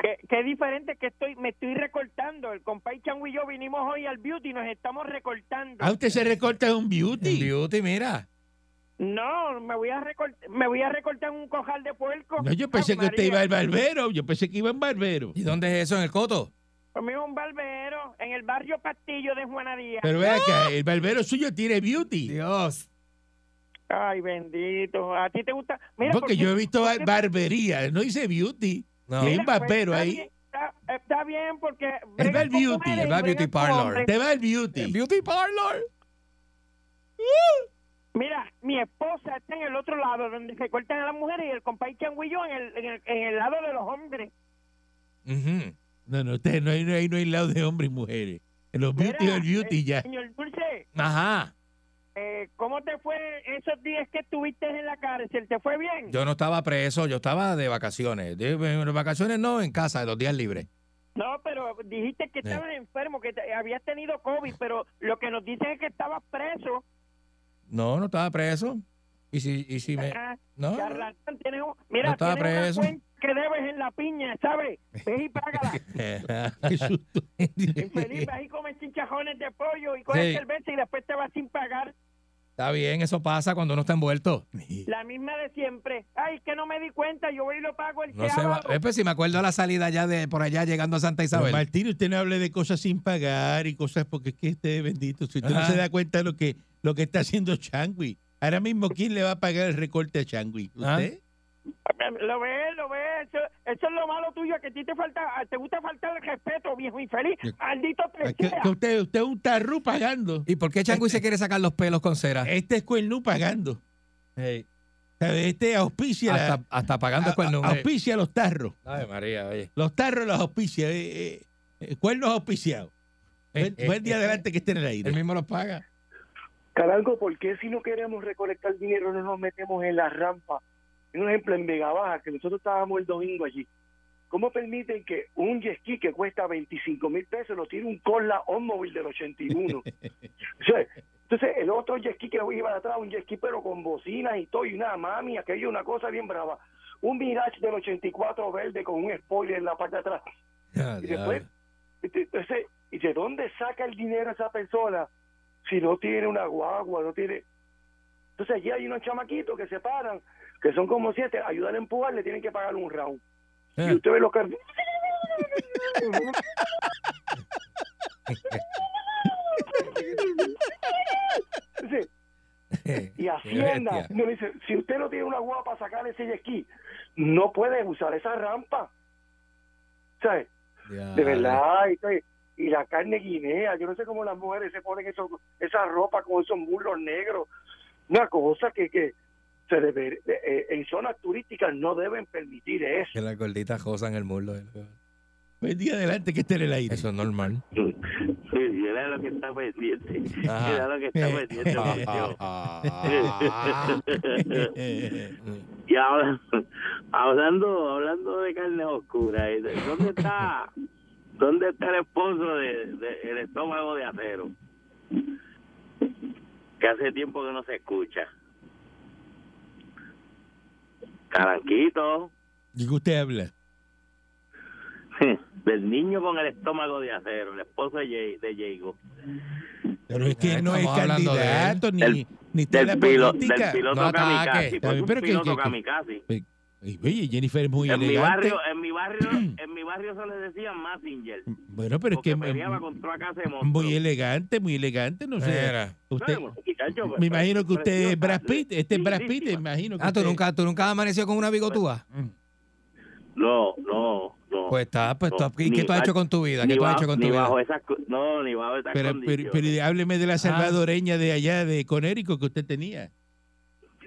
que, que diferente que estoy, me estoy recortando. El compay Changu y yo vinimos hoy al beauty y nos estamos recortando.
Ah, usted se recorta de un
En
beauty.
[LAUGHS] Beauty, mira.
No, me voy a recortar, me voy a recortar en un cojal de puerco.
No, yo pensé
Ave
que usted
Ah, María.
iba al barbero. Yo pensé que iba al barbero.
¿Y dónde es eso? ¿En el coto?
Conmigo un barbero en el barrio Pastillo de Juanadía.
Pero vea acá, el barbero suyo tiene beauty.
Dios.
Ay, bendito. ¿A ti te gusta? Mira,
Porque
porque-
yo he visto bar-
porque-
barbería, no dice beauty.
No.
Y hay
Mira,
un barbero
pues, está
ahí.
bien, Está, está bien porque...
El
bregan
Bad
con
Beauty,
mujeres
el
y
Bad
bregan
Beauty
con
Parlor.
hombres.
Te va al beauty.
Beauty Parlor.
Mira, mi esposa está en el otro lado, donde se cortan a las mujeres, y el compay Changuillo en el, en, el, en el lado de los hombres.
Ujú.
No, no, usted, no, hay, no, hay, no hay lado de hombres y mujeres. En los
Mira,
beauty, el beauty
eh,
ya.
Señor Dulce,
Ajá.
eh, ¿cómo te fue esos días que estuviste en la cárcel? ¿Te fue bien?
Yo no estaba preso, yo estaba de vacaciones. De, de vacaciones no, en casa, de los días libres.
No, pero dijiste
Eh.
que estabas enfermo, que te- habías tenido COVID, pero lo que nos dicen es que estabas preso.
No, no estaba preso. Y si, y si me.
Ah,
[LAUGHS]
No.
charlatán, tienes un- mira,
No Eh. estaba
tienes una
preso.
cuenta que debes en la piña, ¿sabes? Ve y
[LAUGHS]
págala.
Qué susto.
Infeliz, vas y comes chichajones de pollo y coges
Sí.
cerveza y después te vas sin pagar.
Está bien, eso pasa cuando uno está
[LAUGHS]
envuelto.
La misma de siempre. Ay, que no me di cuenta, yo voy y lo pago el
No se va. Eh, pues, si me acuerdo la salida ya de por allá llegando a Santa
Pero,
Isabel.
Martín, usted no hable de cosas sin pagar y cosas porque es que este bendito. Si usted no
Ajá.
se da cuenta de lo que, lo que está haciendo Changui. Ahora mismo, ¿quién le va a pagar el recorte a Changui?
Ah.
¿Usted?
Lo ves, lo ves. Eso, eso es lo malo tuyo, que a ti te falta, te gusta faltar el respeto, viejo infeliz.
Ya.
Maldito te
Que-
sea.
que usted, usted es un tarru pagando.
¿Y por qué Changuí se quiere sacar los pelos con cera?
Este es cuernú pagando. ¿Sabe? Este auspicia, la-
Hasta, hasta pagando el
a-
cuerno.
a- auspicia los tarros.
Ay, María, oye.
Los tarros los auspicia. Eh, eh, eh, cuernos auspiciados. Buen,
Eh, eh,
buen día
eh,
adelante que esté en el aire.
Él mismo
[LAUGHS]
los paga.
Carango, ¿por qué si no queremos recolectar dinero no nos metemos en la rampa? Un ejemplo, en Vega Baja, que nosotros estábamos el domingo allí. ¿Cómo permiten que un jet ski que cuesta 25 mil pesos lo tire un Corla Onmobile del 81? O sea, entonces, el otro jet ski que iba atrás, un jet ski pero con bocinas y todo, y una mami, aquello, una cosa bien brava. Un Mirage del 84 verde con un spoiler en la parte de atrás.
Ah,
Y después,
diablo.
este, entonces, ¿y de dónde saca el dinero esa persona si no tiene una guagua, no tiene? Entonces allí hay unos chamaquitos que se paran, que son como siete, ayudar a empujar, le tienen que pagar un round.
Ah.
Y usted ve los car- Entonces, y Hacienda
bestia.
no le dice, si usted no tiene una guagua para sacar ese jet ski, no puede usar esa rampa. ¿Sabes?
Diablo.
De verdad, y, todo, y la carne guinea, yo no sé cómo las mujeres se ponen eso, esa ropa con esos muslos negros, una cosa que, que se debe, eh, en zonas turísticas no deben permitir eso.
Que la gordita josa en el eh, muslo.
Buen día adelante que esté en el aire.
Eso es normal.
Sí, era lo que está pendiente.
Ajá.
Era lo que está pendiente.
Ah,
porque
ah,
yo-
ah,
Eh,
Eh,
y ahora, hablando, hablando de carne oscura, eh, de- ¿dónde está, dónde está el esposo del de, el estómago de acero? Que hace tiempo que no se escucha. Caranquito,
¿De qué usted habla?
del niño con el estómago de acero, el esposo de, Ye- de Yeigo.
Pero es que
Ya
no es
estamos hablando de él.
candidato ni,
Del-
ni está en la
Del, pilo- del
política.
piloto
No ataque.
kamikaze.
Está
Pues
bien,
un
pero que-
piloto
que- que-
kamikaze.
Ay, Oye, Jennifer es muy
En mi
elegante.
barrio, en mi
[CLEARS THROAT]
barrio, en mi barrio se le decía Massinger.
Bueno, pero es que
Porque
es
peleaba con toda clase de monstruos.
muy elegante, muy elegante. No sé.
Mira.
Usted,
No, muchacho, pues,
me imagino que usted es
preciosa,
Brad Pitt. Este es Brad Pitt, me
lindísima.
imagino que
Ah, ¿tú
usted-
nunca, tú nunca has amanecido con una bigotúa?
Pues,
No, no, no.
Pues está, pues
No,
está. ¿Y
ni
qué tú has hecho
bajo-
con tu vida? ¿Qué
Ni
tú has
bajo-
hecho con
ni
tu vida?
bajo esas co- no, ni bajo esas
Pero, pero,
condiciones. Ah.
pero hábleme de la salvadoreña de allá, de Conérico, que usted tenía.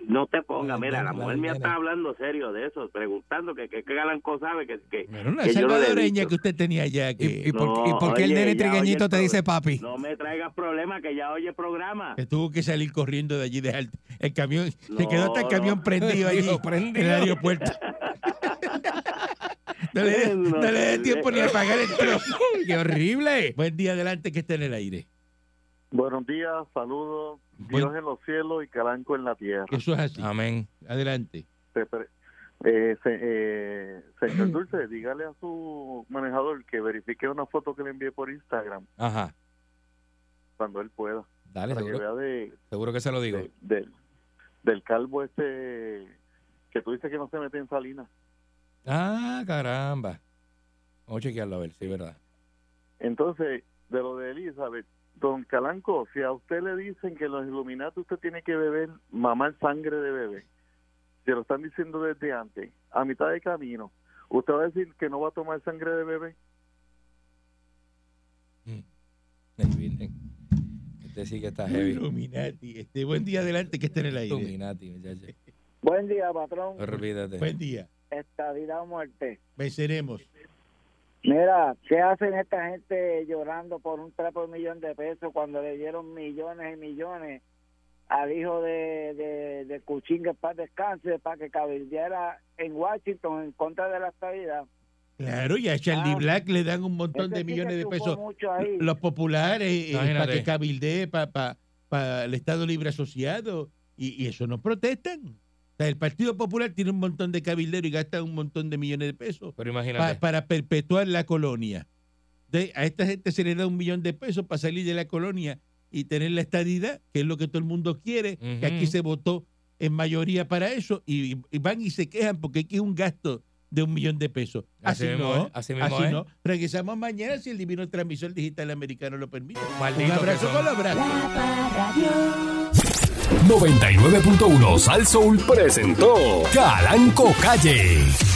no te pongas,
No,
mira,
no,
la
no,
mujer mía
nena.
está hablando serio de eso, preguntando que qué galanco sabe que... que
Bueno, la
que yo no le he
salvadoreña
dicho.
que usted tenía allá. Que,
Eh,
¿Y, y por, y
No,
por qué el
oye, ya, oye,
nene trigueñito te
esto-
dice papi?
No me traigas problemas, que ya oye el programa.
que tuvo que salir corriendo de allí, dejar el camión. se
No,
quedó hasta el
no.
camión prendido [LAUGHS] allí
[LAUGHS]
Dijo, prendido.
en
[LAUGHS]
el aeropuerto. no le dé no le dé tiempo ni a pagar el tro.
¡Qué horrible!
Buen día adelante que esté en el aire.
Buenos días, saludos. Dios
Buen-
en los cielos y Caranco en la tierra.
Eso es así.
Amén.
Adelante.
Se pre- eh, se- eh, señor Dulce, dígale a su manejador que verifique una foto que le envié por Instagram
Ajá.
cuando él pueda,
Dale,
para que
seguro,
vea de,
seguro que se lo digo.
de- del- del calvo este que tú dices que no se mete en Salinas.
Ah, caramba. Vamos a chequearlo a ver, sí, verdad.
Entonces, de lo de Elizabeth, don Calanco, si a usted le dicen que los Illuminati usted tiene que beber, mamar sangre de bebé, se lo están diciendo desde antes, a mitad de camino, ¿usted va a decir que no va a tomar sangre de bebé?
Mm. Ahí vienen. Este sí que está heavy.
Illuminati. Este, buen día adelante que esté en el aire.
Illuminati, muchacho.
Buen día, patrón.
Olvídate.
Buen día.
Estadidad o muerte.
Venceremos.
Mira, ¿qué hacen esta gente llorando por un trapo de millón de pesos cuando le dieron millones y millones al hijo de, de, de Cuchín que para descanse, para que cabildeara en Washington en contra de la estadidad?
Claro, y a Charlie
Ah.
Black le dan un montón
Ese
de
sí que
millones de
chupó
pesos.
mucho ahí.
Los populares, eh, para
Imagínate.
que cabildee, para el Estado Libre Asociado. Y, y eso no protestan. O sea, el Partido Popular tiene un montón de cabilderos y gasta un montón de millones de pesos pa-
Pero imagínate.
para perpetuar la colonia. De- a esta gente se le da un millón de pesos para salir de la colonia y tener la estadidad, que es lo que todo el mundo quiere, que aquí
Ujú.
se votó en mayoría para eso, y, y van y se quejan porque aquí es un gasto de un millón de pesos.
Así
Así,
mismo
no,
es, así mismo es.
no. Regresamos mañana si el divino transmisor digital americano lo permite.
Maldito
un abrazo
que son.
con abrazo.
99.1 Sal Soul presentó Calanco Calle.